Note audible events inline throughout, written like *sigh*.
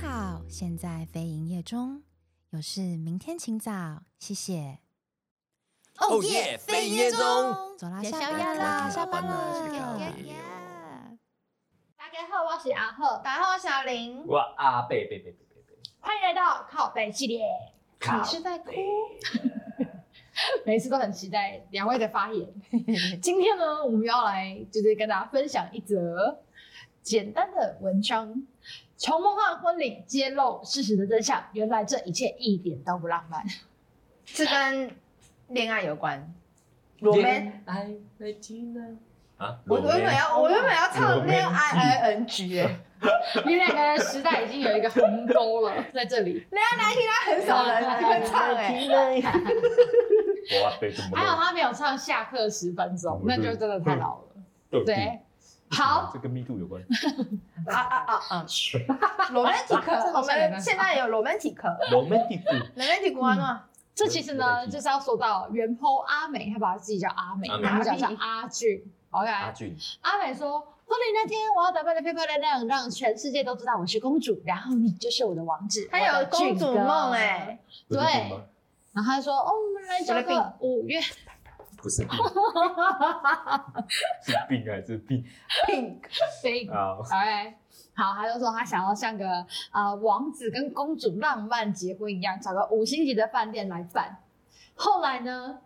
好，现在非营业中，有事明天请早，谢谢。哦耶非营业中走啦，吃下宵夜班啦啦，下班吃宵夜啦了。大家好，我是阿赫，大家好，我是小林，我啊，贝贝贝贝贝贝，欢迎来到靠北系列。靠你是在哭？每次都很期待两位的发 *laughs* 言。今天呢，我们要来就是跟大家分享一则简单的文章，从梦幻婚礼揭露事实的真相。原来这一切一点都不浪 *laughs* 漫。这跟恋爱有关。我我们爱来听呢啊，我我原本要我原本要我唱们恋爱 I N G 哎，你两个人时代已经有一个鸿沟 *laughs* 了，在这里。恋爱难听，他很少人会唱哎。 *laughs* 我要背这么还好他没有唱下课十分钟，那就真的太老了。多， *laughs* 对，好，这跟密度有关。啊啊啊啊！romantic，我们现在有嗯 romantic，romantic 我们地度完了，这其实呢，就是要说到原 po 阿美，她把她自己叫阿美，阿美然后讲是阿俊。OK，阿俊，阿美说，婚礼那天我要打扮的漂漂亮亮，让全世界都知道我是公主，然后你就是我的王子。他有我的俊公哥主梦哎，，不是病吗？然后她说，哦，我们来找我的病个五月，不是病，是病还是病 pink 飞啊？ OK，好，他就说他想要像个呃王子跟公主浪漫结婚一样，找个五星级的饭店来办。后来呢，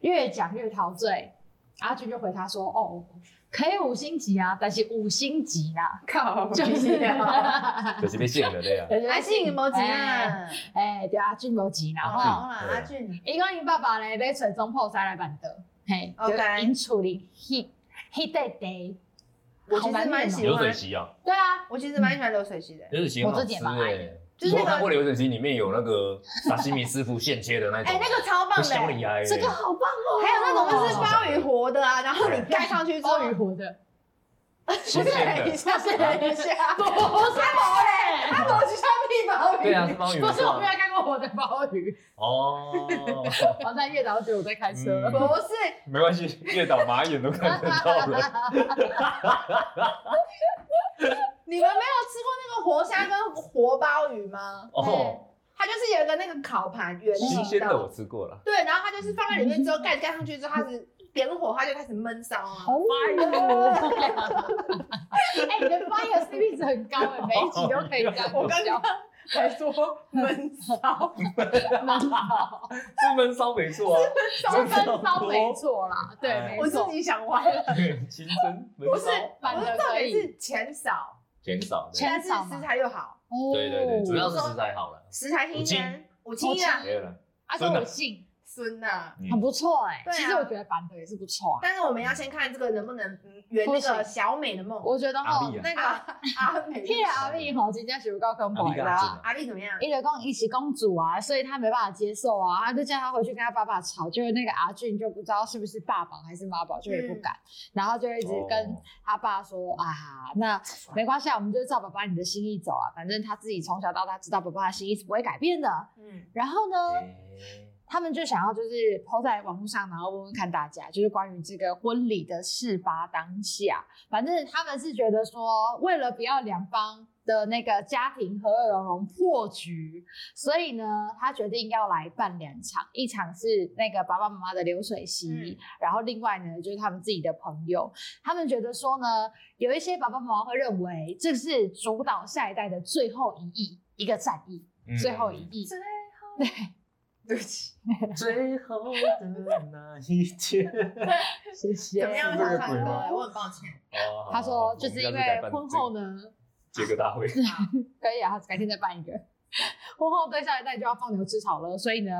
越讲越陶醉，阿俊就回他说：“哦，可以五星级啊，但是五星级啦，靠，就是 *laughs* 可是被骗了的呀。啊还是你没钱？啊？哎、对，阿俊没钱啦，好然啦啊后好啦，阿俊，伊讲因爸爸咧买找中破塞来办桌，嘿 OK 就因厝里迄迄块地，我其实蛮喜流欢水，席啊，哦对啊，我其实蛮喜欢流水席的，流水席很好吃哎。我看过流水席，里面有那个沙西米师傅现切的那种哎，，那个超棒的，小还李哎，这个好棒哦，有那种就是鲍鱼活的啊，然后你盖上去之后鲍，鱼活的，新鲜的，下，等 *laughs* 一下，哦不是活嘞，他怎么去上地鲍鱼？对啊，是鲍鱼，不是我没有看过活的鲍鱼。哦， *laughs* 我在月岛酒我在开车，嗯不是，没关系，月岛马眼都看得到了。 *laughs* 你们没有吃过那个活虾跟活鲍鱼吗？哦，它就是有一个那个烤盘圆嗯新形鲜的我吃过了，对，然后它就是放在里面之后盖盖上去之后，它是点火，它就开始闷烧啊。好烦哦！哎，你的 fire CP 值很高哎，每一集都可以这哦样我刚讲刚。还说闷烧，是焖烧没错 *laughs* 啊，中分烧没错啦，对，哎 *laughs* 我没自错，己想歪了。对，清蒸不焖是，烧反不而是重可点以。是钱少，减少，对钱但是少吗食材又好，对对对，哦主要是食材好了，食材新鲜，五清啊，没有了，阿哥我信，孙呐。嗯很不错哎。对啊其实我觉得板德也是不错啊，但是我们要先看这个能不能嗯圆那不个行小美的梦。我觉得阿吼丽啊，啊那 *laughs* 个 *laughs* 阿那个美，迄个阿妹吼，真正是有够恐怖阿的丽然啊后阿丽怎么样？伊就讲伊是公主啊，所以他没办法接受啊，他就叫他回去跟他爸爸吵，就是那个阿俊就不知道是不是爸爸还是妈宝，就也不敢，然后就一直跟他爸说、啊，那没关系，啊，我们就照爸爸你的心意走啊，反正他自己从小到大知道爸爸的心意是不会改变的。嗯，然后呢，哎他们就想要就是抛在网络上，然后问问看大家，就是关于这个婚礼的事发当下。反正他们是觉得说，为了不要两方的那个家庭和乐融融破局，所以呢，他决定要来办两场，一场是那个爸爸妈妈的流水席，嗯然后另外呢就是他们自己的朋友。他们觉得说呢，有一些爸爸妈妈会认为这是主导下一代的最后一役，一个战役，嗯最后一役。对不 *laughs* 起，最后的 *laughs* 那一天，谢谢怎么样？这我个唱鬼歌吗，我很抱歉。 *laughs* 哦他说，就是因为婚后呢，呢，这个 *laughs* 大会，可以啊，改天再办一个。婚后对下一代就要放牛吃草了，所以呢，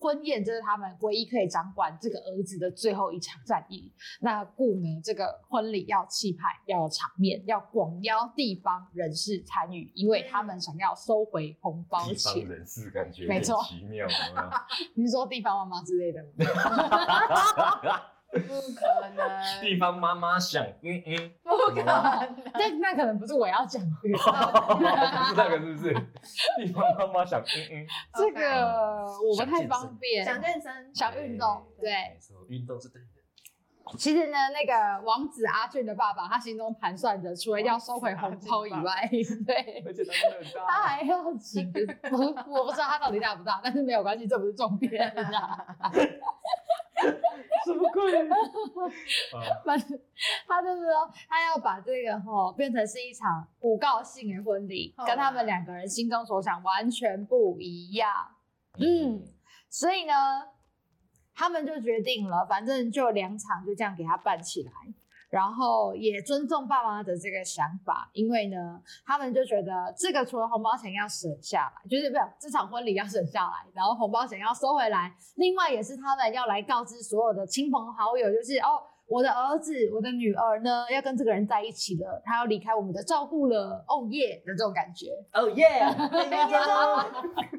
婚宴这是他们唯一可以掌管这个儿子的最后一场战役。那故呢，这个婚礼要气派，要有场面，要广邀地方人士参与，因为他们想要收回红包地方钱。人士感觉有没点错奇妙，有没有 *laughs* 你是说地方妈妈之类的吗？ *laughs* 不可 *laughs* 能，地方妈妈想，嗯嗯，不可能。那那可能不是我要讲的，是那个哦是不是？地方妈妈想，嗯嗯，这个我不太方便。想健 *laughs* 身，哎想运动，对，没错，运动是对的。其实呢，那个王子阿俊的爸爸，他心中盘算着，除了要收回红包 *laughs* 以外，对，而且他真的很他大，还要几个，我我不知道他到底大不大，但是没有关系，这不是重点啦。 *laughs* 什么鬼？啊反正他就是说，他要把这个哈、变成是一场诬告性的婚礼哦，跟他们两个人心中所想完全不一样。嗯，所以呢，他们就决定了，反正就两场就这样给他办起来，然后也尊重爸妈的这个想法，因为呢，他们就觉得这个除了红包钱要省下来，就是不是这场婚礼要省下来，然后红包钱要收回来，另外也是他们要来告知所有的亲朋好友，就是哦。我的儿子，我的女儿呢，要跟这个人在一起了，他要离开我们的照顾了，哦耶的这种感觉。哦耶！再见喽。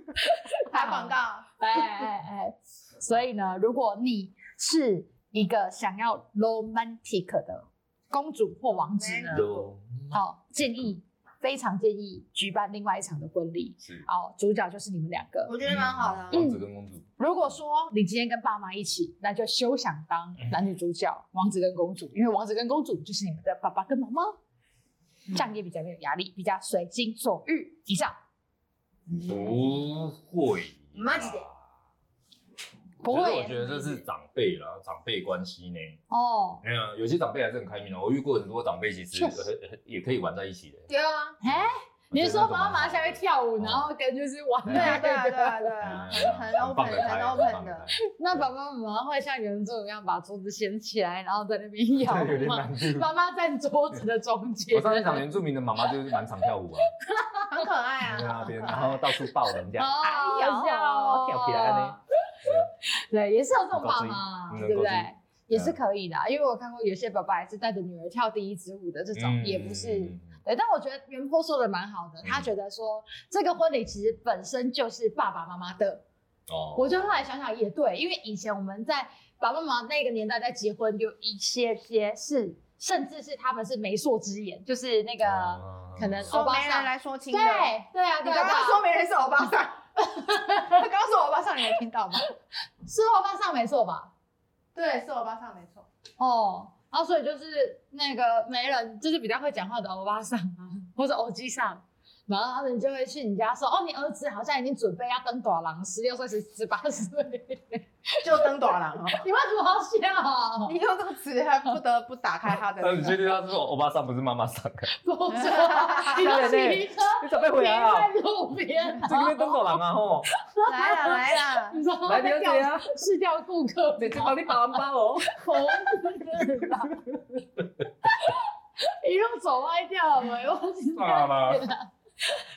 *laughs* 打广告，哎哎哎，所以呢，如果你是一个想要 romantic 的公主或王子呢，都好、建议非常建议举办另外一场的婚礼，是哦，主角就是你们两个。我觉得蛮好的啊。王子跟公主，如果说你今天跟爸妈一起，那就休想当嗯男女主角王子跟公主，因为王子跟公主就是你们的爸爸跟妈妈，嗯这样也比较没有压力，比较随心所欲。以上不会啦，マジで不可会是耶，我觉得这是长辈啦，长辈关系呢。哦，没有，有些长辈还是很开明的。我遇过很多长辈，其实确很实很也可以玩在一起的。对啊，哎，我你觉是得说那种妈妈蛮好下的去跳舞，嗯然后跟就是玩哦对对啊，那个对啊，对啊，对 *laughs* 啊，很很嗯放 open，得开很啊 open 放得的开。 *laughs* 那爸爸妈妈会像原著一样把桌子掀起来，然后在那 *laughs* 边摇啊 *laughs* 这有点吗？难度。妈妈站桌子的中间。我上 *laughs* 一场原住民的妈妈就是满场跳 *laughs* 舞啊，很可爱在啊，那边，很可然爱后。到处抱人家， *laughs* 哦，哎呦好笑哦跳起来呢 *laughs* 对，也是有这种爸妈，嗯对不高对兴？嗯也是可以的啊，因为我看过有些爸爸也是带着女儿跳第一支舞的这种，也不是嗯对，但我觉得袁坡说的蛮好的，他嗯觉得说这个婚礼其实本身就是爸爸妈妈的。哦我就后来想想也对，因为以前我们在爸爸妈妈那个年代在结婚，有一些些是，甚至是他们是媒妁之言，就是那个、啊可能说媒人来说亲对的。对啊，你对刚刚啊，对啊说媒人是欧 *laughs* 巴桑，他刚刚说欧巴桑，你没听到吗？是欧巴上没错吧？对，是欧巴桑没错。哦，然后所以就是那个媒人，就是比较会讲话的欧巴上啊，或者欧基上。然后他们就会去你家说，哦，你儿子好像已经准备要登短郎，十六岁、十十八岁， *laughs* 就登短廊哦，你为什么好笑、你用这个词还不得不打开他的那你确那个。定他是欧巴桑不是妈妈桑啊？ *laughs* 不是，你就骑车你准备停回来啊？在路边， *laughs* 这个边灯狗狼啊吼，来啦来 *laughs* 啦，你知道吗？来你儿子呀， *laughs* 是掉顾客，姐姐帮你把红包哦。头 *laughs* 一路啊走歪掉了，我忘记算 *laughs* 了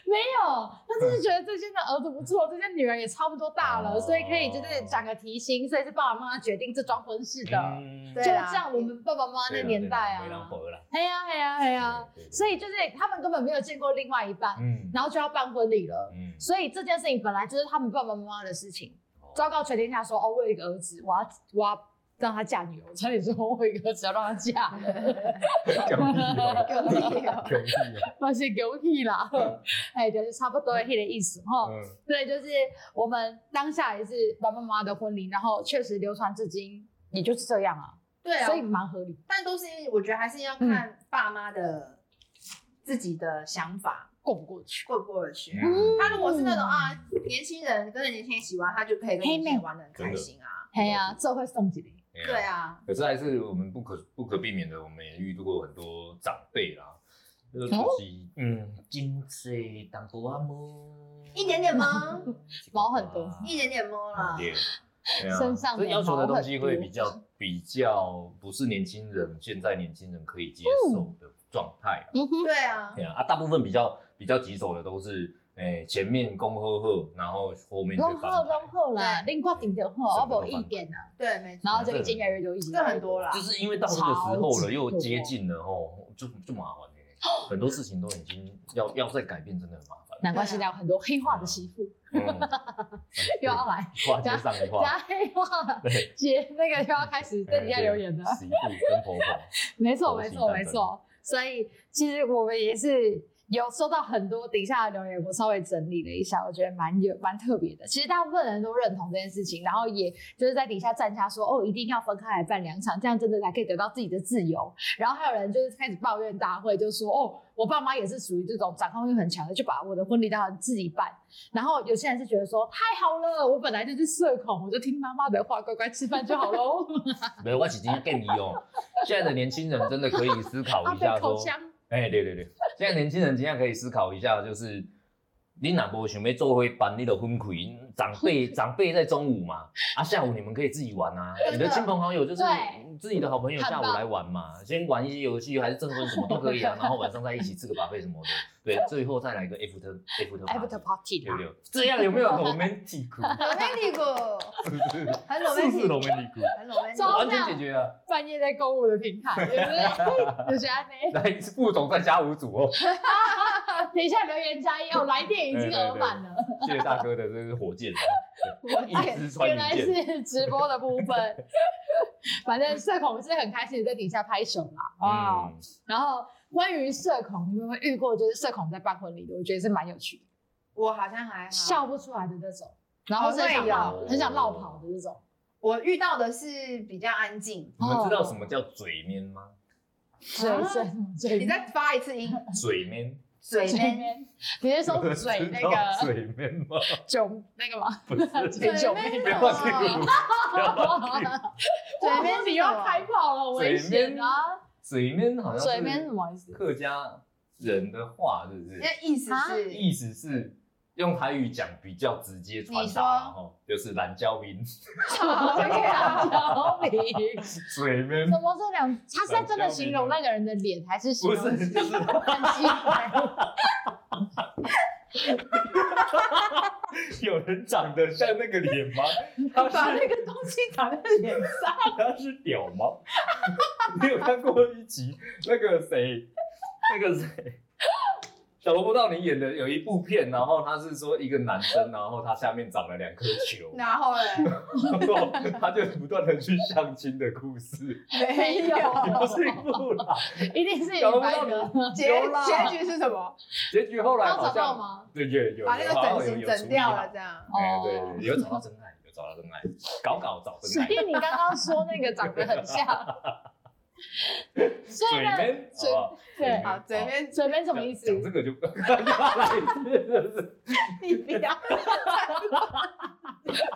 没有，他就是觉得这些的儿子不错，这些女儿也差不多大了，哦所以可以就是讲个提薪，所以是爸爸妈妈决定这桩婚事的。嗯就对啦像我们爸爸妈妈那年代对啦对啦没人啊，活了。哎呀哎呀哎呀，对，对对所以就是他们根本没有见过另外一半，嗯然后就要办婚礼 *laughs* 了。嗯，所以这件事情本来就是他们爸爸妈妈的事情。昭告全天下说，哦，我有一个儿子，我要我要让他嫁女儿。我差点说，我有一个儿子要让他嫁，狗屁哦，有理哦。狗屁哦那是狗屁啦。嗯 *laughs* 哎，就是差不多的那个意思哈。嗯对，就是我们当下也是爸爸妈妈的婚礼，然后确实流传至今，也就是这样啊，对啊所，以蛮合理。但都是我觉得还是要看爸妈的自己的想法过不过去？过不过得去。嗯他如果是那种啊，年轻人跟着年轻人一起玩，他就可以跟年轻人玩的很开心啊。哎呀、这会送几礼？对。啊，可是还是我们不可不可避免的，我们也遇到过很多长辈啦，就是哦就是嗯，金水当国阿姆，一点点 *laughs* 吗？毛很多一点点摸啦。对，对啊身上所以要求的东西会毛很多比较比较不是年轻人现在年轻人可以接受的状态啊。嗯哼，对啊，对啊，啊，大部分比较比较棘手的都是，哎、前面恭贺贺，然后后面就恭翻贺牌恭贺啦，另外顶的贺，我什么都不意见啦。对，没错，然后就已经越来越多，已经这很多啦就。是因为到这个时候超了，级又多接近了哦，就就麻烦了耶、哦很多事情都已经要要再改变，真的很麻烦。 *laughs* 难怪现在有很多黑化的媳妇嗯，啊又要来，话接上哎一加话，哎黑化姐那个又要开始在底下留言了。媳妇跟婆婆，没错，婆没媳错，战没争错。所以其实我们也是有收到很多底下的留言，我稍微整理了一下，我觉得蛮有蛮特别的。其实大部分人都认同这件事情，然后也就是在底下站下说，哦，一定要分开来办两场，这样真的才可以得到自己的自由。然后还有人就是开始抱怨大会，就说，哦，我爸妈也是属于这种掌控欲很强的，就把我的婚礼当成自己办。然后有些人是觉得说，太好了，我本来就是社恐，我就听妈妈的话，乖乖吃饭就好 *laughs* 喽。没有，我已经跟你哦。现在的年轻人真的可以思 *laughs* 考阿一北下啊口说，腔。哎、对对对，现在年轻人真的可以思考一下，就是你哪无想要做伙班，你的分开，长辈长辈在中午嘛，啊下午你们可以自己玩 *laughs* 啊，你的亲朋好友就是对自己的好朋友很下棒午来玩嘛，先玩一些游戏还是证婚什么都可以啊，然后晚上再一起吃个 buffet 什么的，对，最后再来个 after after After party， party 对啦不，对？这样有没有 *laughs* romantic？ romantic，很是不是 romantic， romantic？很 *laughs* romantic。糟完全解决了，半夜在购物的平台， *laughs* 对不对？有觉得没？来副总再加五组哦。等一下留言加一哦，来电已经额满了。 *laughs* 谢谢大哥的，这是火箭，我一支穿哎原来一件。是直播的部分，反正社恐是很开心的在底下拍手啦啊。嗯，然后关于社恐，你们有没有遇过就是社恐在办婚礼的？我觉得是蛮有趣的，我好像还好，笑不出来的那种，然后是很想啊会绕有很想绕跑的那种。我遇到的是比较安静。你们知道哦什么叫嘴面 *laughs* 吗？嘴嘴嘴，你再发一次 *laughs* 音，嘴面，嘴嘴呢？边，你是说 *laughs* 嘴那个嘴面 *laughs* 吗？酒那个吗？不是，嘴呢酒妹不要啊这哦个，哦不要这个。嘴边边你要开炮了，危险啊！嘴面好像是嘴边什么意思？客家人的话，是不是？哎那意思是意思是用台语讲比较直接传达，哦，就是蓝胶兵 *laughs* 草原调皮，嘴面，怎么这两？他是在真的形容那个人的脸，还是形不容是，就是很奇怪？有人长得像那个脸吗？他把 *laughs* 是那个东西打在脸上， *laughs* 他是屌吗？你有看过一集那个谁， *laughs* 那个谁，小萝卜到你演的有一部片，然后他是说一个男生，然后他下面长了两颗球，然后嘞，然后他就不断的去相亲的故 *laughs* 事，没不有，是一部啦。一定是小萝卜有白到的。你结有啦，结局是什么？结局后来他好找到像吗？对有有把那个好整像有形有处整理掉好了，这样。哎对哦对，对有找到真爱，有找到真爱，搞搞找真爱因，为你刚刚说那个长得很像，所以嘴呢，边嘴好不好对好，嘴边嘴边什么意思？讲这个就 *laughs* 来你不要，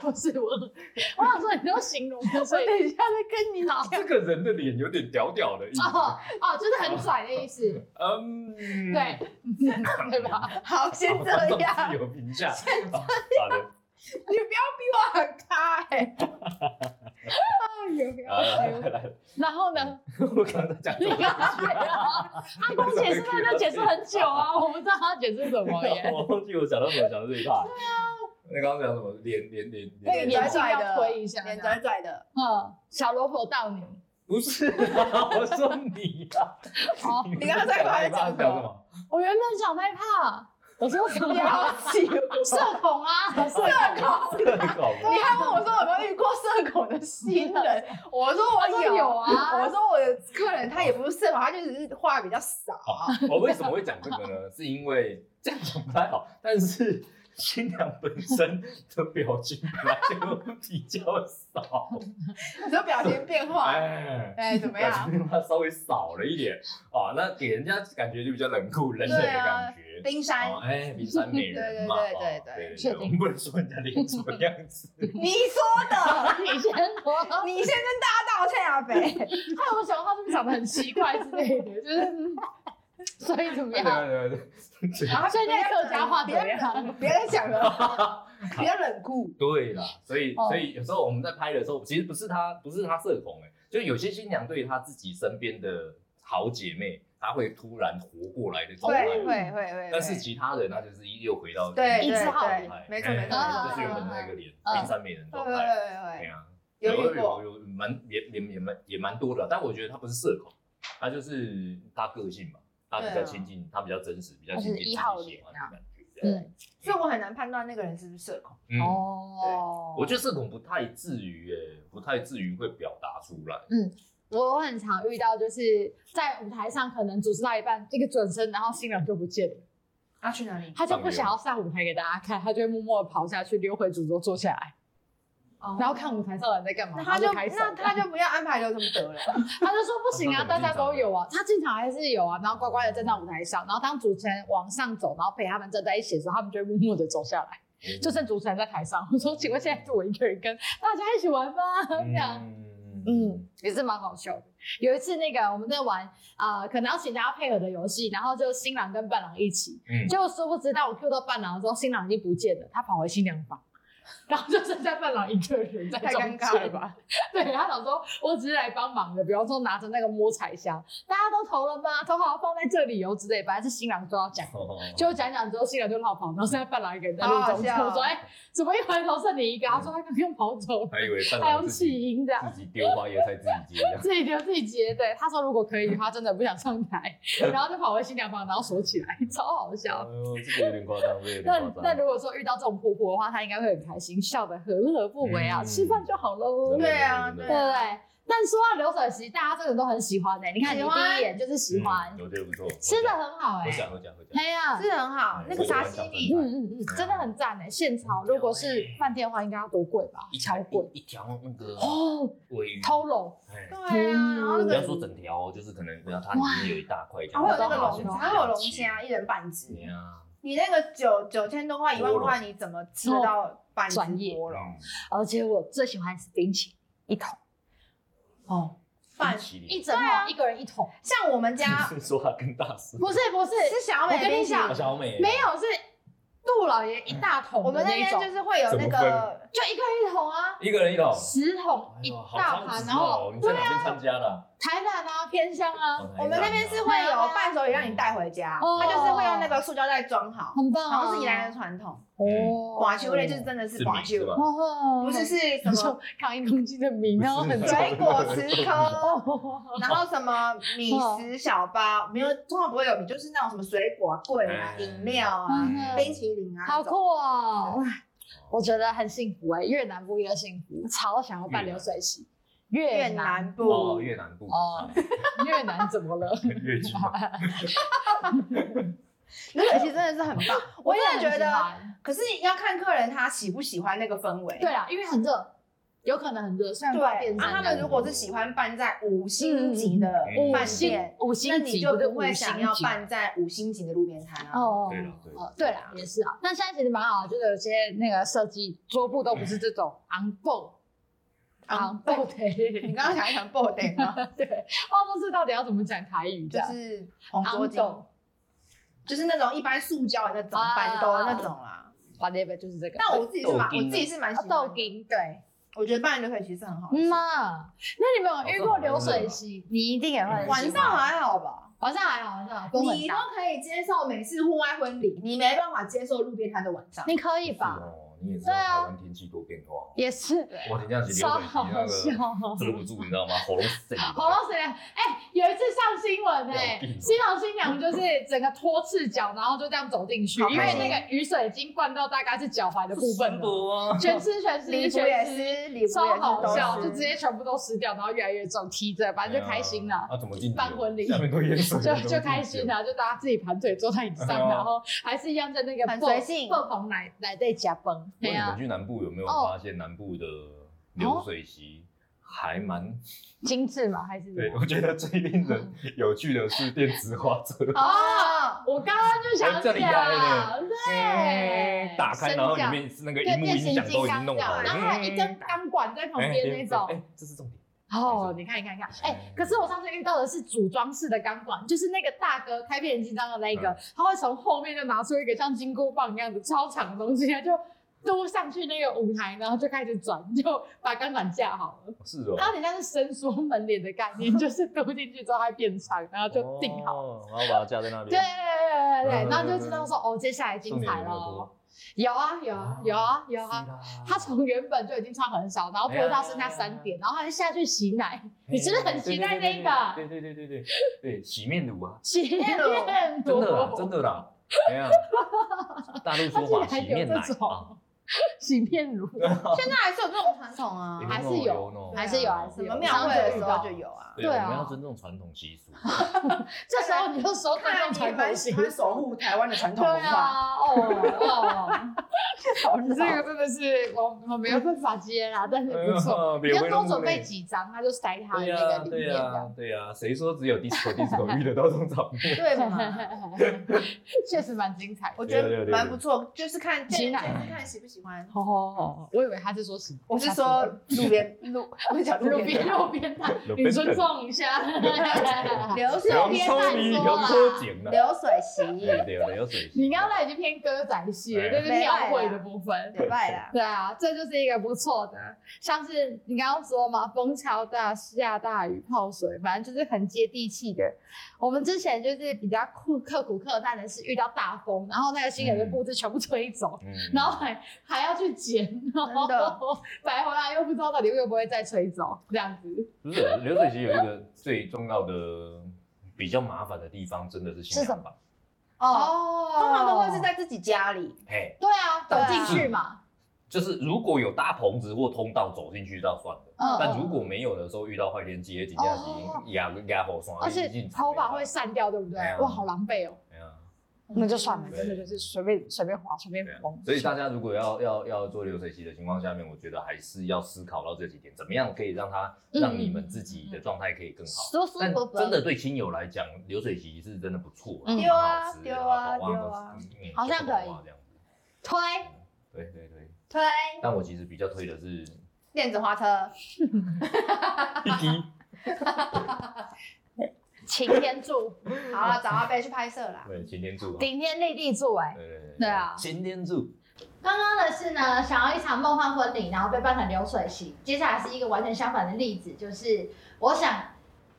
不是我，我想说你都形容了，所以等一下再跟你讲。 *laughs* 这个人的脸有点屌屌的意思。哦哦，就是很拽的意思，嗯， *laughs* 对，对吧？ *laughs* 好，先好，这观众样自，有评价。好好的，你不要逼我很开。哎呦， *laughs* 好来来来， *laughs* 然后呢？我刚才讲什你么？看，阿公解释那就解释很久啊，我不知道他解释什么耶。 *laughs* 我忘记我讲到什么，讲到这一趴。对啊，那刚刚讲什么？脸脸脸那个脸，眼拽睛拽要的推一下，脸拽拽的，嗯，小萝卜到你，不是啊，我说你啊。哦你刚刚在讲拍什么什么你讲什么？我原本想害怕，我说什么？社恐啊，社恐，这个搞啊不你还问我说有没有遇过社恐的新人？我说他我说有有。啊，我说我的客人他也不是社恐，他就只是话比较少。我为什么会讲这个呢？是因为这样讲不太好，但是新娘本身的表情本来就比较少， *laughs* 你说表情变化，哎，哎，怎么表情样？变化稍微少了一点啊，那给人家感觉就比较冷 *laughs* 酷冷冷的啊感觉。冰山哦，，哎，比山美人 *laughs* 嘛，对对对哦对对对确对，定我们不能说人家脸什么样子， *laughs* 你说的，你先说。你先跟大家道歉 *laughs* 啊，北。害我想到他是不是长得很奇怪之类的，就是嗯所以怎么对样？对对对对，啊 *laughs* 然后所以那客家话怎别么嗯样？别再讲了，比较冷酷。对啦，所以哦所以有时候我们在拍的时候，其实不是她不是她社恐哎、欸，就有些新娘对她自己身边的好姐妹，她会突然活过来的状态，会会会会。但是其他人她就是一又回到对一对致对好状脸态没错哎没错哎没错就是原本的那个脸，嗯冰山美人对状对态，对对对，啊，有遇有过有有蛮也也也蛮也蛮多的，啊但我觉得她不是社恐，她就是她个性嘛，她比对较啊亲近，她比较真实，比较亲近自己喜她欢是一号的脸啊感觉，这样嗯，所以我很难判断那个人是不是社恐。嗯。哦我觉得社恐不太至于，哎，不太至于会表达出来。我很常遇到，就是在舞台上可能主持到一半，这个转身，然后新郎就不见了，要啊去哪里？他就不想要上舞台给大家看，他就会默默的跑下去，溜回主桌坐下来，然后看舞台上的人在干哦嘛，那他就然后开始那他就不要安排流程得了。 *laughs* 他就说不行啊，他大怎么进场的家都有啊，他进场还是有啊，然后乖乖的站在舞台上，然后当主持人往上走，然后陪他们站在一起的时候，他们就会默默的走下来，嗯就剩主持人在台上。我说，请问现在是我一个人跟大家一起玩吗？这样。嗯，也是蛮好笑的。有一次，那个我们在玩啊、呃可能要请大家配合的游戏，然后就新郎跟伴郎一起，嗯结果殊不知，当我 Q 到伴郎的时候，新郎已经不见了，他跑回新娘房，然后就剩下伴郎一个人在太中尴间尬了吧？ *laughs* 对，他想说，我只是来帮忙的，比方说拿着那个摸彩箱，大家都投了吗？投好放在这里哦之类，本来是新郎说要讲。哦结果讲讲之后，新郎就落跑，然后剩下伴郎一个人在路中间。好好笑哦我说：“哎、怎么一回头剩你一个？”他说：“他刚刚跑 *laughs* 走了，还以为啊伴还郎有自起己因这样。”自己丢花椰菜自己接这样，自己留自己接。对，他说如果可以，他真的不想上台，然后就跑回新娘房，然后锁起来， *laughs* 超好哎笑。呦这个有点夸张，这个有那啊点夸那张。如果说遇到这种婆婆的话，她应该会很开心，笑得何乐而不为啊，嗯吃饭就好喽，真对的对啊真的不对啊对？但说到流水席，大家真的都很喜欢的、欸你看你喜第欢一眼就是喜欢，嗯我觉得不错，吃的很好哎、喝起来欸，喝起来喝起来，哎呀、是很好，那个沙西米，嗯嗯嗯，真的很赞哎、现炒如果是饭店的话，应该要多贵吧？超贵一条那个哦，尾鱼偷笼哎对啊，然后那不个要说整条哦，就是可能不要它里面有一大块这还样，会有那个然后好龙，像还会有龙虾，一人半只。对啊，你那个九九千多块一万块，你怎么吃到半只专业菠哦萝？嗯而且我最喜欢是冰淇淋一桶哦，饭冰淇淋 *laughs* 一整桶、对啊一个人一桶，像我们家是说他跟大师不是不是，吃小美我跟你冰淇淋讲啊小美没有是杜老爷一大桶我的们那那边种，就是会有那怎么个分，就一个人一桶啊，一个人一桶，十桶哎一呦好大超盘，值然后哦！你在哪边参加的哦啊？台南啊偏乡啊，我们那边是会有伴手礼让你带回家，哦它就是会用那个塑胶袋装好，很棒、啊然后是宜兰的传统。哦，寡秋类就是真的是是寡米是秋吧，哦，不是是什你么说扛一公斤的米，然后很不是重水果十颗，哦，然后什么米食小包，没有通常不会有米，就是那种什么水果啊、桂啊、嗯饮料啊、嗯冰淇淋啊， *laughs* 好酷哦！哇 *laughs* 我觉得很幸福哎、越南不一样幸福，超想要办流水席。越越南哦，部。越南部啊哦，越南怎么 *laughs* 了？越剧嘛，流水席真的是很棒， *laughs* 我真的觉很喜得，欢可是要看客人他喜不喜欢那个氛围。对啦，啊因为很热，有可能很热，虽然对，快变啊，他们如果是喜欢办在五星级的嗯饭店五星，五那星你级就不是不五会星想要级办在五星级的路边摊啊。哦对啦对啦哦对啦，也是啊。但现在其实蛮好，就是有些那个设计桌布都不是这 *laughs* 种昂布嗯昂布的，你刚刚想一想 *laughs* b o d 吗？ *laughs* 对，办公室到底要怎么讲台语？ *laughs* 这就样是红桌昂巾，斗，就是那种一般塑胶的那种啊板豆的那种啦。华那边就是这个。但我自己是蛮，豆我丁啊自己是蛮喜欢豆的。丁对。我觉得办流水席是很好的事。嗯嘛，那你们有遇过流水席？你一定也会很喜欢晚上还好吧？晚上还好，晚上还好风很你都大，可以接受美式户外婚礼，你没办法接受路边摊的晚上。你可以是吧？哦，你也知道台湾天气多变化哦，也是，哇，人家是流啊超水席好那笑个。 *laughs* 遮不住，你知道吗？喉咙塞的，好像谁？哎、有一次上新闻有哎、病新郎新娘就是整个拖赤脚，然后就这样走进去，好因开为心那个雨水已经灌到大概是脚踝的部分了， *laughs* 了全湿全湿礼全服也湿，是，礼服也是超好都笑，是就直接全部都湿掉，然后越来越重，踢着，反正就开心了。啊，怎么进去办婚礼下面都淹水就了，就开心了，就大家自己盘腿坐在椅上，哎呦然后还是一样在那个很随性爆棚奶奶在夹崩，那对你啊哦呀们，去南部有没有发现南部的流水席还蛮？嗯精致嘛还是对，我觉得最令人嗯有趣的是电子花 *laughs* 车，哦，我刚刚就想哎这里压了哎讲，对，打开升然后里降面是那个对，荧幕变形音响都已金经刚弄这好了，嗯样，然后还有一根钢管在旁边那哎，种。哎这是重 *laughs* 点。哦，你看，你看，你看，哎，可是我上次遇到的是组装式的钢管，就是那个大哥开变形金刚的那一个嗯，他会从后面就拿出一个像金箍棒一样的超长的东西，他就嘟上去那个舞台，然后就开始转，就把钢管架好了。是哦，它有点像是伸缩门帘的概念，就是嘟进去之后它变长，然后就定好。好，哦然后把它架在那对边。对对对对，嗯然后就知道说哦，接下来精彩喽。有啊有啊有啊有啊，他从原本就已经穿很少，然哎后拖到剩下三点，然后他就下去洗奶。你是不是很期待那哎对个对对对对对，洗面乳 *laughs* 啊，洗面哦真的啦，真乳？的啦，哎呀，大陆说法洗面奶啊， *laughs* 洗面 *laughs* 乳，现在还是有这种传统啊你，还看是我有油呢还是有，还是什有么庙会的时候就。你上次遇到有啊。对，对啊我们要尊重传统习俗。这时候你就收看用传统型，守护台湾的传对啊，哦哦，你这个真的是我我没有办法接啦，但是 *laughs* 不错。*laughs* 你别要为多弄准备嘞几张，啊他就塞他的对那呀个里对啊面这样呀。对呀，谁说只有 *laughs* disco disco 遇得到这种场面？对嘛，确实蛮精彩的。我觉对对得对蛮不错，就是看喜见欢见是看喜不喜欢。哦哦哦，我以为他是说什么？我是说路边路，我讲路路边边路边摊，路你边摊 *laughs* 尊重一下。 *laughs* 流水洋边葱再泥，说洋啦，葱井 *laughs* 呢？流水席，对哎对对，有水。啊你刚才已经偏歌仔戏哎了，这是庙会的部分。对拜啦。对啊，这就是一个不错的，像是你刚刚说嘛，风敲大下大雨泡水，反正就是很接地气的。我们之前就是比较酷刻苦克难的是遇到大风，然后那个新人的布置全部吹走，嗯， *laughs* 然后还还要去捡，然 *laughs* 后摆回来又不知道到底会不会再吹走，这样子不是流水席有一个最重要的、比较麻烦的地方，真的是新娘吧？哦，哦通常都会是在自己家里，哎，对啊，对走啊进去嘛，就是如果有搭棚子或通道走进去倒算了，嗯啊但如果没有的时候遇到坏天气，也尽量已经压压火霜，哦而哦且已经头发会散掉，对不对哎呀？哇，好狼狈哦，啊哎呀那就算了，对真的就是随便随便滑，随便对啊疯。所以大家如果要要要做流水席的情况下面，我觉得还是要思考到这几点，怎么样可以让它嗯让你们自己的状态可以更好。舒舒但服服，真的对亲友来讲，流水席是真的不错啦，嗯很好吃丢啊然后丢啊搞忘了嗯好像可以搞忘了这样子推对对对，推但我其实比较推的是电子花车，一滴，擎天柱，好了，找阿贝去拍摄啦。对擎嗯天柱嘛，对顶天立地柱，哎。对对对啊擎天柱，刚刚的是呢，想要一场梦幻婚礼，然后被办成流水席。接下来是一个完全相反的例子，就是我想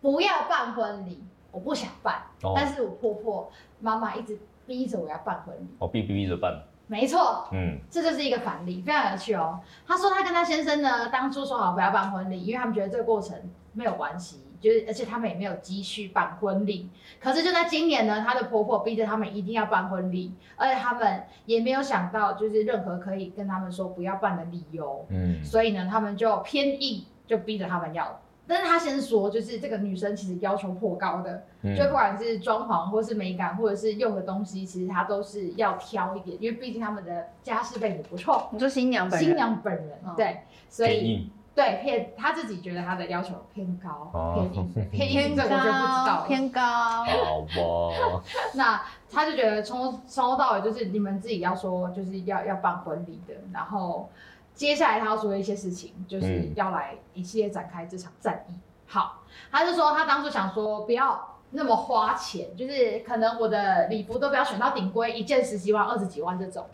不要办婚礼，我不想办，哦但是我婆婆妈妈一直逼着我要办婚礼。哦，哔哔哔着办，没错，嗯，这就是一个反例，非常有趣哦。她说她跟她先生呢，当初说好不要办婚礼，因为他们觉得这个过程没有关系，就是而且他们也没有积蓄办婚礼。可是就在今年呢，她的婆婆逼着他们一定要办婚礼，而且他们也没有想到就是任何可以跟他们说不要办的理由，嗯，所以呢，他们就偏硬，就逼着他们要。但是她先说，就是这个女生其实要求颇高的，嗯就不管是装潢或是美感，或者是用的东西，其实他都是要挑一点，因为毕竟他们的家世背景不错，你说新娘本人，新娘本人、嗯对，所偏以硬，对偏他自己觉得他的要求偏高，哦偏硬，偏偏硬这高个我就不知道 *laughs* 了。偏高，好吧，那他就觉得从从头到尾就是你们自己要说，就是要要办婚礼的，然后接下来他要说的一些事情，就是嗯要来一系列展开这场战役。好，他就说他当初想说不要那么花钱，就是可能我的礼服都不要选到顶规，一件十几万、二十几万这种。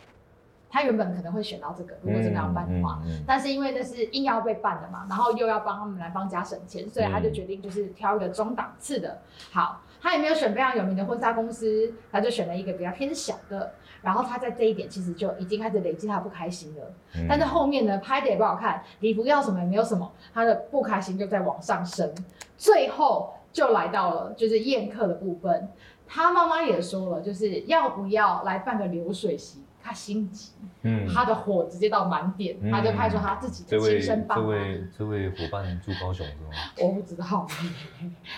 他原本可能会选到这个，如果真的要办的话，嗯，嗯但是因为那是硬要被办的嘛，然后又要帮他们来帮家省钱，所以他就决定就是挑一个中档次的。好，他也没有选非常有名的婚纱公司，他就选了一个比较偏小的。然后他在这一点其实就已经开始累积他不开心了。嗯但是后面呢，拍的也不好看，礼服要什么也没有什么，他的不开心就在往上升，最后就来到了就是宴客的部分。他妈妈也说了，就是要不要来办个流水席，他心急，嗯他的火直接到满点，嗯他就派出他自己这的位亲生爸这妈。位这位伙伴住高雄是吗？我不知道， *laughs*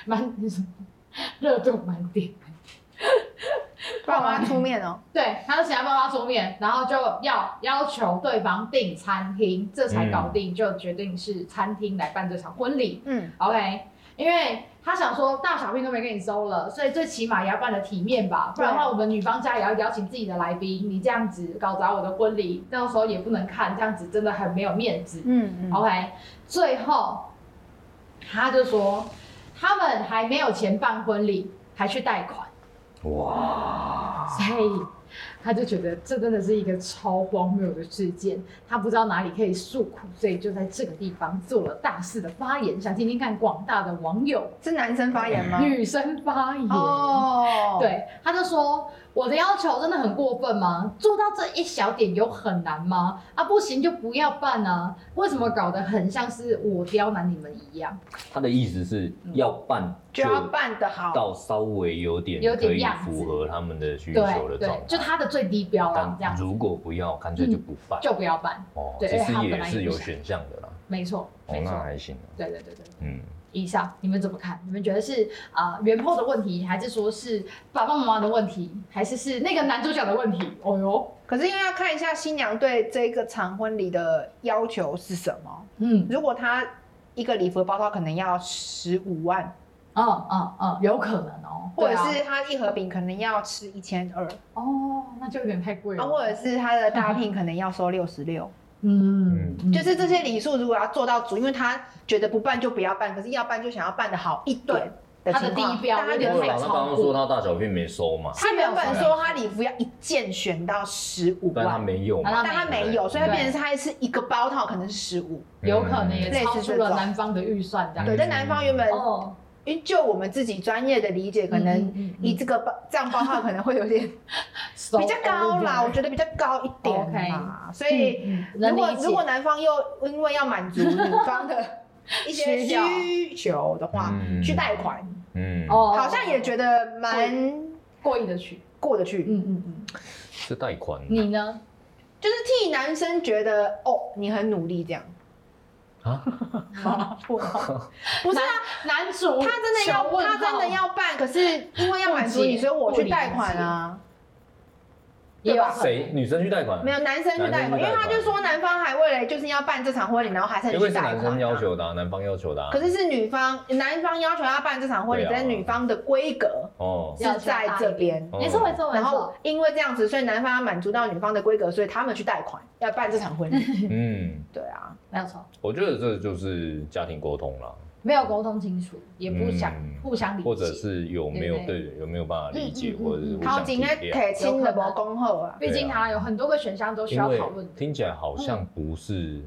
满热度满点。爸妈出面 *laughs* 哦。对，他就请他爸妈出面，然后就要要求对方订餐厅，这嗯才搞定，就决定是餐厅来办这场婚礼。嗯， OK，因为他想说大小便都没给你收了，所以最起码也要办的体面吧，不然的话我们女方家也要邀请自己的来宾，你这样子搞砸我的婚礼，到时候也不能看，这样子真的很没有面子。嗯 OK，最后他就说他们还没有钱办婚礼，还去贷款，啊哇，所以他就觉得这真的是一个超荒谬的事件，他不知道哪里可以诉苦，所以就在这个地方做了大事的发言，想听听看广大的网友、是男生发言吗？女生发言。嗯哦，，对，他就说我的要求真的很过分吗？做到这一小点有很难吗？啊，不行就不要办啊！为什么搞得很像是我刁难你们一样？他的意思是要办就要办得好。到稍微有点有可点以样子符合他们的需对求的对状态，，就他的最低标啦，这样但子嗯如果不要，干脆就不办。就不要办。哦，对其因为实他本也来是也有不想选项的啦。没错，哦没，错那，还行啊。对对对对。对嗯，以上你们怎么看？你们觉得是啊原 p 的问题，还是说是爸爸妈妈的问题，还是是那个男主角的问题？哦哟，可是因为要看一下新娘对这个场婚礼的要求是什么。嗯如果她一个礼服的包套可能要十五万，嗯嗯嗯，有可能哦，或对者啊是她一盒饼可能要吃一千二，哦，那就有点太贵了，啊，或者是她的大聘可能要收六十六，嗯，嗯就是这些礼数如果要做到足，因为她觉得不办就不要办，可是要办就想要办的好一点的她的情况。地标大家觉有点得太太老师超刚刚过说他大小便没收嘛，他原本没有说他礼服要一件选到十五但他万，没有嘛。啊但他没有，所以他变成是他一次一个包套可能是十五。有可能也嗯类似超出这了种男方的预算这样对，子。但男方原本，哦，嗯因为就我们自己专业的理解，可能以一这个包这样包套可能会有点比较高啦，我觉得比较高一点啦，所以。如果如果男方又因为要满足女方的一些需要需求的话，嗯去贷款，嗯，哦，好像也觉得得蛮过意的去。过得去，嗯嗯嗯，是贷款。你呢？就是替男生觉得哦，你很努力这样。 *laughs* 啊，不是啊，男主他真的小要，问号他真的要办，可是因为要满足你，误解所以我去贷款啊。也有对吧可能谁？女生去贷款？没有男生去贷男生款，去因贷款为他就说男方还为了就是要办这场婚礼，然后还因甚为至是去贷男款生啊。要求的啊，男方要求的啊。可是是女方，男方要求要办这场婚礼，对啊但是女方的规格哦，要是在这边。哦没错没错没然后错，因为这样子，所以男方要满足到女方的规格，所以他们去贷款要办这场婚 *laughs* 礼。嗯，对啊，没有错，我觉得这就是家庭沟通啦，没有沟通清楚，也不想嗯互相理解，或者是有没有对不对有没有办法理解，嗯嗯嗯或者是互好，相体今天谅。铁青的不恭候啊，毕竟他有很多个选项都需因要为讨论的。嗯听起来好像不是，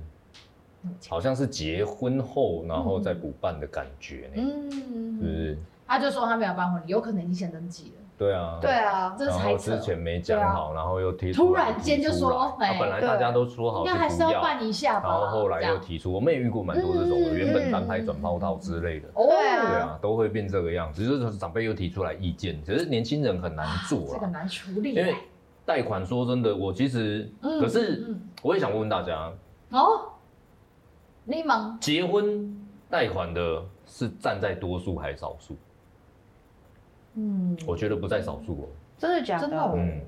好像是结婚后然后再补办的感觉呢，是不嗯，是？他就说他没有办婚礼，有可能已经先登记了，对啊，对啊，这是然猜后测啊之。前没讲好，然后又提突然间就说提出来哎啊本来大家都说好应是该还是不要要，办一下吧。然后后来这又样提出，我们也遇过蛮多这种的，嗯原本翻嗯拍嗯转泡套之类的，哦，对啊对啊，都会变这个样子。就是长辈又提出来意见，只是年轻人很难做啊这个啦。难处理因欸。为贷款，说真的，我其实，嗯可是嗯我也想问问大家，哦，你们结婚贷款的是站在多数还是少数？嗯，我觉得不在少数真的假真的哦哦，嗯，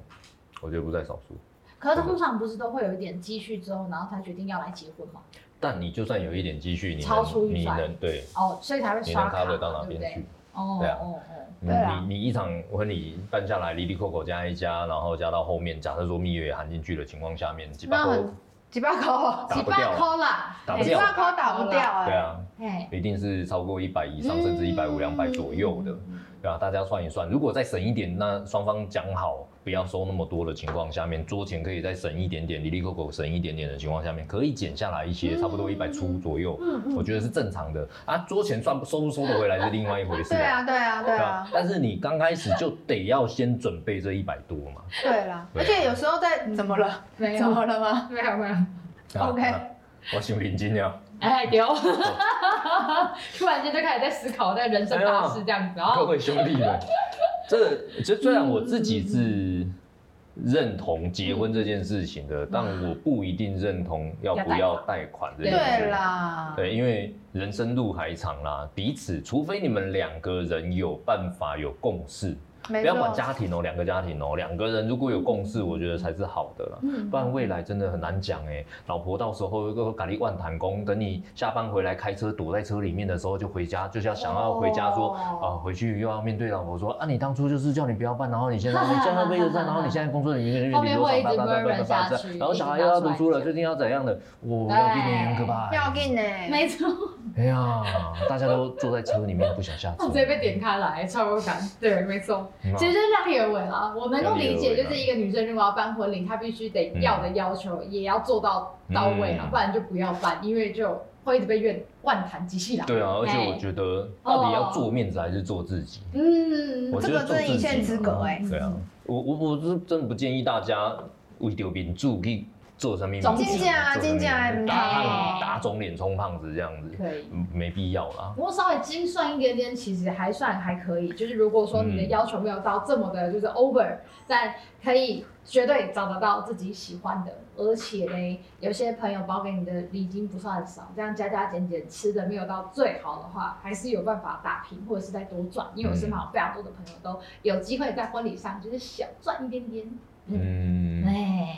我觉得不在少数。可是通常不是都会有一点积蓄之后，然后才决定要来结婚嘛？但你就算有一点积蓄，你超出能，预你算能对，哦，所以才会你能刷卡 cover 嘛，到哪对边不去对？？哦对啊哦哦，你对啊你你一场婚礼办下来，离离扣扣加一加，然后加到后面，假设说蜜月也含进去的情况下面，几把那扣很几把 *laughs* 口，打几不掉百扣啦，打不哎几掉把口打不掉，哎。对啊，哎，一定是超过一百以上，嗯甚至一百五、两百左右的，对啊，大家算一算，如果再省一点，那双方讲好不要收那么多的情况下面，桌钱可以再省一点点，离离扣扣省一点点的情况下面，可以减下来一些，嗯差不多一百出左右，嗯我觉得是正常的啊。桌钱算不收不收得回来是另外一回事对啊，对啊，对啊，但是你刚开始就得要先准备这一百多嘛。对啦。对啊而且有时候在怎么了？没怎有么了吗？没有没有，啊 OK 啊我想平静了。*laughs* 哎丢，突然间就开始在思考在人生大事这样子，哦哦然各后位兄弟 *laughs* 们，这就虽然我自己是认同结婚这件事情嗯的，但我不一定认同要不要贷款这件事情。对啦，对，因为人生路还长啦，彼此除非你们两个人有办法有共识，没不要管错。家庭哦、两个家庭哦、两个人如果有共识，我觉得才是好的啦。嗯不然未来真的很难讲哎、老婆到时候又咖喱万谈工，等你下班回来开车躲在车里面的时候，就回家，就是要想要回家说，啊、哦回去又要面对老婆说，啊，你当初就是叫你不要办，然后你现在你现在背着站，然后你现在工作里面后你面多会一长大直大大 murmur 大下大大去，然后一直小孩拿又要出读来书了，讲最近要怎样的？我对要给你很可怕欸、要紧呢，没 *laughs* 错。哎呀，大家都坐在车里面不想下车， *laughs* 哦，直接被点开来，超有感。对，没错，嗯啊其实就是量力而为啦。我能够理量力而解，为就啦是一个女生如果要办婚礼，她必须得要的要求、也要做到到位啊，嗯不然就不要办，因为就会一直被怨万谈机器啦。对啊，而且我哎觉得到底要做面子还是做自己？嗯，我这觉个得真的一线之隔哎。对啊，我我我是真的不建议大家为丢民主去做成密码总做金成价密啊码金价还不打他太们打肿脸充胖子这样子，可以。嗯没必要啦。不过稍微精算一点点，其实还算还可以。就是如果说你的要求没有到这么的，就是呃 over，、但可以绝对找得到自己喜欢的。而且呢，有些朋友包给你的礼金不算少，这样加加减减吃的没有到最好的话，还是有办法打平或者是再多赚。因为我身旁有非常多的朋友都有机会在婚礼上就是小赚一点点。嗯，哎，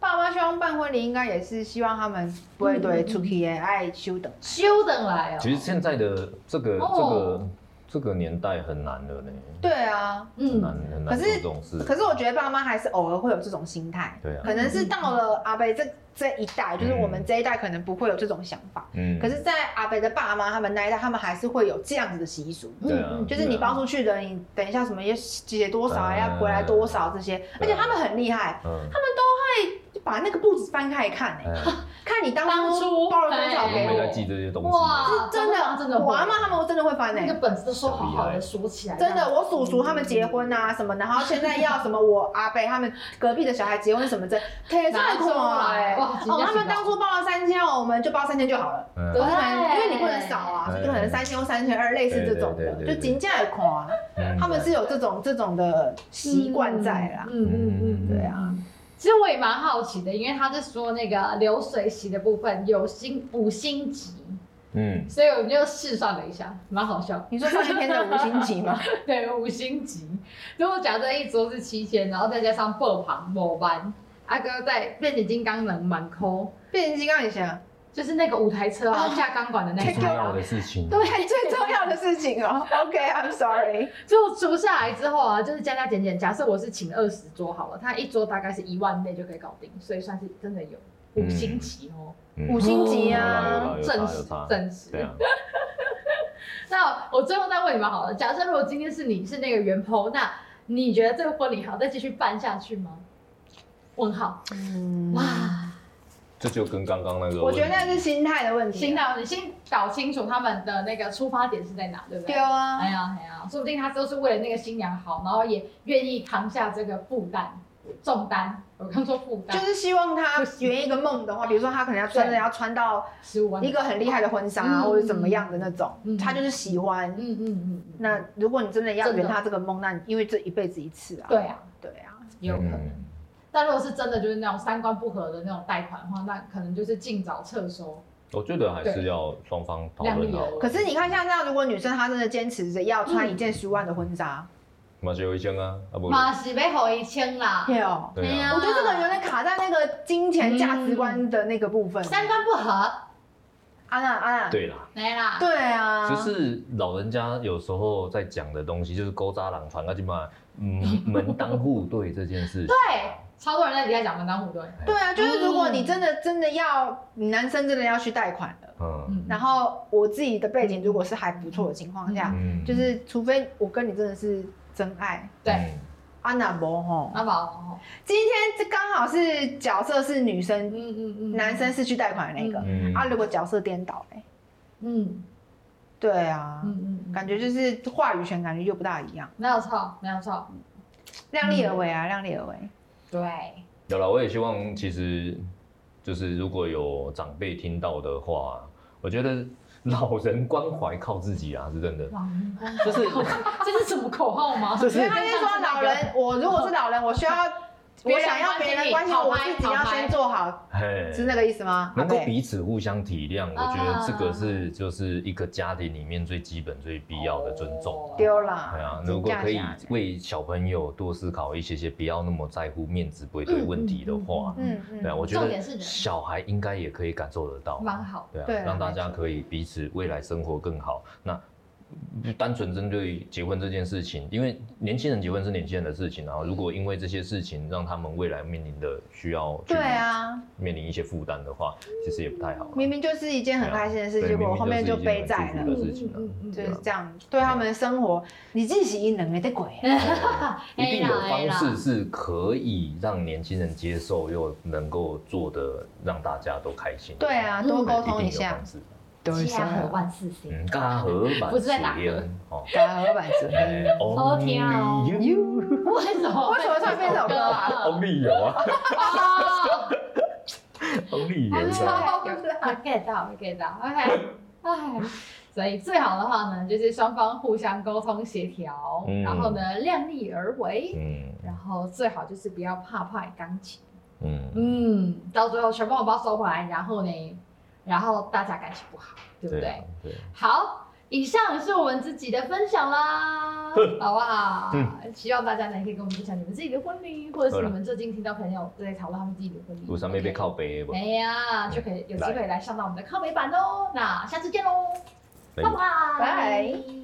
爸妈希望办婚礼，应该也是希望他们不会对出去的爱修等。休等来哦。其实现在的这个这哦个这个年代很难了呢，对啊，很嗯，难很难可做是这种事。可是我觉得爸妈还是偶尔会有这种心态，对啊，可能是到了阿北这这一代，就是我们这一代可能不会有这种想法。嗯，可是，在阿北的爸妈他们那一代，他们还是会有这样子的习俗，嗯对啊，就是你包出去的，你等一下什么要解多少，嗯要回来多少这些，而且啊他们很厉害，对啊，就把那个簿子翻开看、欸，嗯，哎看你当当初初包了多少我给没在我，记这些东西。哇，真的真的会，我阿妈他们真的会翻那诶、个本子都收好好的，锁起来。嗯真的，我叔叔他们结婚啊什么，然后现在要什么，我阿伯他们隔壁的小孩结婚什么的，铁拿太出苦了来，哇，真的哦，他们是当初包了三千，我们就包三千就好了，嗯不对可能，因为你不能少啊，对就可能三千或三千二，类似这种对的对，对对就金价也狂啊，嗯他们是有这种这种的习惯在啦，嗯嗯嗯嗯，对啊，其实我也蛮好奇的，因为他是说那个流水席的部分有星五星级，嗯，所以我们就试算了一下，蛮好 *laughs* 笑。你说上一篇的五星级 *laughs* 吗？对，五星级。如果假设一桌是七千，然后再加上爆旁某班，阿哥在变形金刚能满抠，变形金刚以啊前，就是那个舞台车啊，下钢管的那最一重台啊要的事情。对，最重要的事情 *laughs* 哦。OK，I'm sorry。就除下来之后啊，就是加加减减。假设我是请二十桌好了，他一桌大概是一万内就可以搞定，所以算是真的有五星级哦，嗯嗯，五星级啊，有差证有实差证实。对啊，那我最后再问你们好了，假设如果今天是你是那个原 p 那你觉得这个婚礼还要再继续办下去吗？问号。嗯，哦哇，这就跟刚刚那个问题，嗯我觉得那是心态的问题。啊心态问题，先搞清楚他们的那个出发点是在哪，对不对？对啊哎，呀哎呀，说不定他都是为了那个新娘好，然后也愿意扛下这个负担、重担。我刚说负担，就是希望他不行圆一个梦的话，比如说他可能要真的要穿到十五万一个很厉害的婚纱嗯啊，或者怎么样的那种嗯，他就是喜欢。嗯嗯嗯嗯，那如果你真的要真的圆他这个梦，那你因为这一辈子一次啊，对啊，对啊，也有可能。嗯但如果是真的就是那种三观不合的那种贷款的话，那可能就是尽早撤收。我觉得还是要双方讨论哦好量力而为了。可是你看像这样，如果女生她真的坚持着要穿一件十万的婚纱，马杰有一间啊，啊不，嘛是要给伊清啦，对哦，对啊，我觉得这个有点卡在那个金钱价值观的那个部分。三观不合，安娜安娜，对啦，没啦。对啊，就是老人家有时候在讲的东西，就是勾扎狼传啊，基本上嗯门当户对这件 *laughs* 事情，对，超多人在底下讲门当户对。对啊，就是如果你真的真的要，你男生真的要去贷款了，嗯嗯，然后我自己的背景如果是还不错的情况下，嗯，就是除非我跟你真的是真爱，对，安娜伯吼，阿宝，今天这刚好是角色是女生，嗯嗯嗯，男生，是去贷款的那个，嗯，啊，如果角色颠倒嘞，嗯对啊，嗯嗯，感觉就是话语权感觉就不大一样，没有错，没有错，量力而为啊，量力而为，对，有了，我也希望其实就是如果有长辈听到的话，我觉得老人关怀靠自己啊，是真的。哇，就是 *laughs* 这是什么口号吗？就所以是他就说老人，我如果是老人，我需要。 *laughs* 我想要哦别人关心我，自己要先做好，嘿是那个意思吗？能够阿伯彼此互相体谅，我觉得这个是就是一个家庭里面最基本、最必要的尊重。丢啦。对啊，真如果假可以假的为小朋友多思考一些些，不要那么在乎面子不会对问题的话，嗯嗯，对啊，我觉重点得是人小孩应该也可以感受得到。蛮好，对啊，对啊让大没家错可以彼此未来生活更好。那不单纯针对结婚这件事情，因为年轻人结婚是年轻人的事情，然后如果因为这些事情让他们未来面临的需要，对，啊，面临一些负担的话，其实也不太好啊。明明就是一件很开心的事，对结明果明后面就就是一件背很债舒了服，的事情啊嗯嗯嗯嗯就对是啊这样，对他们的生活，你自己一能哎，在鬼，对一定有哎方啦式是可以让年轻人接受，又能够做的让大家都开心。对啊，多沟通一下，对。多家和啊万事兴一定有方式嗯，嘎和满不是在打嗝哦，打老板 *laughs* 子，哎好听哦 Only you 为什么？哦为什么突然变这首歌啊？ Only 有啊。哦，同理好也是啊。 ，get 到，get 到，OK，哎，所以最好的话呢，就是双方互相沟通协调，嗯然后呢量力而为，嗯然后最好就是不要怕派钢琴，嗯，嗯，到最后全部我包收回来，然后呢，然后大家感情不好，对不对？对啊对，好。以上是我们自己的分享啦，好不好？嗯希望大家呢也可以跟我们分享你们自己的婚礼，或者好是啦你们最近听到朋友在讨论他们自己的婚礼。路上面被 OK 靠背不？哎呀，就可以有机会来上到我们的靠北版哦。那下次见喽，拜拜拜，拜。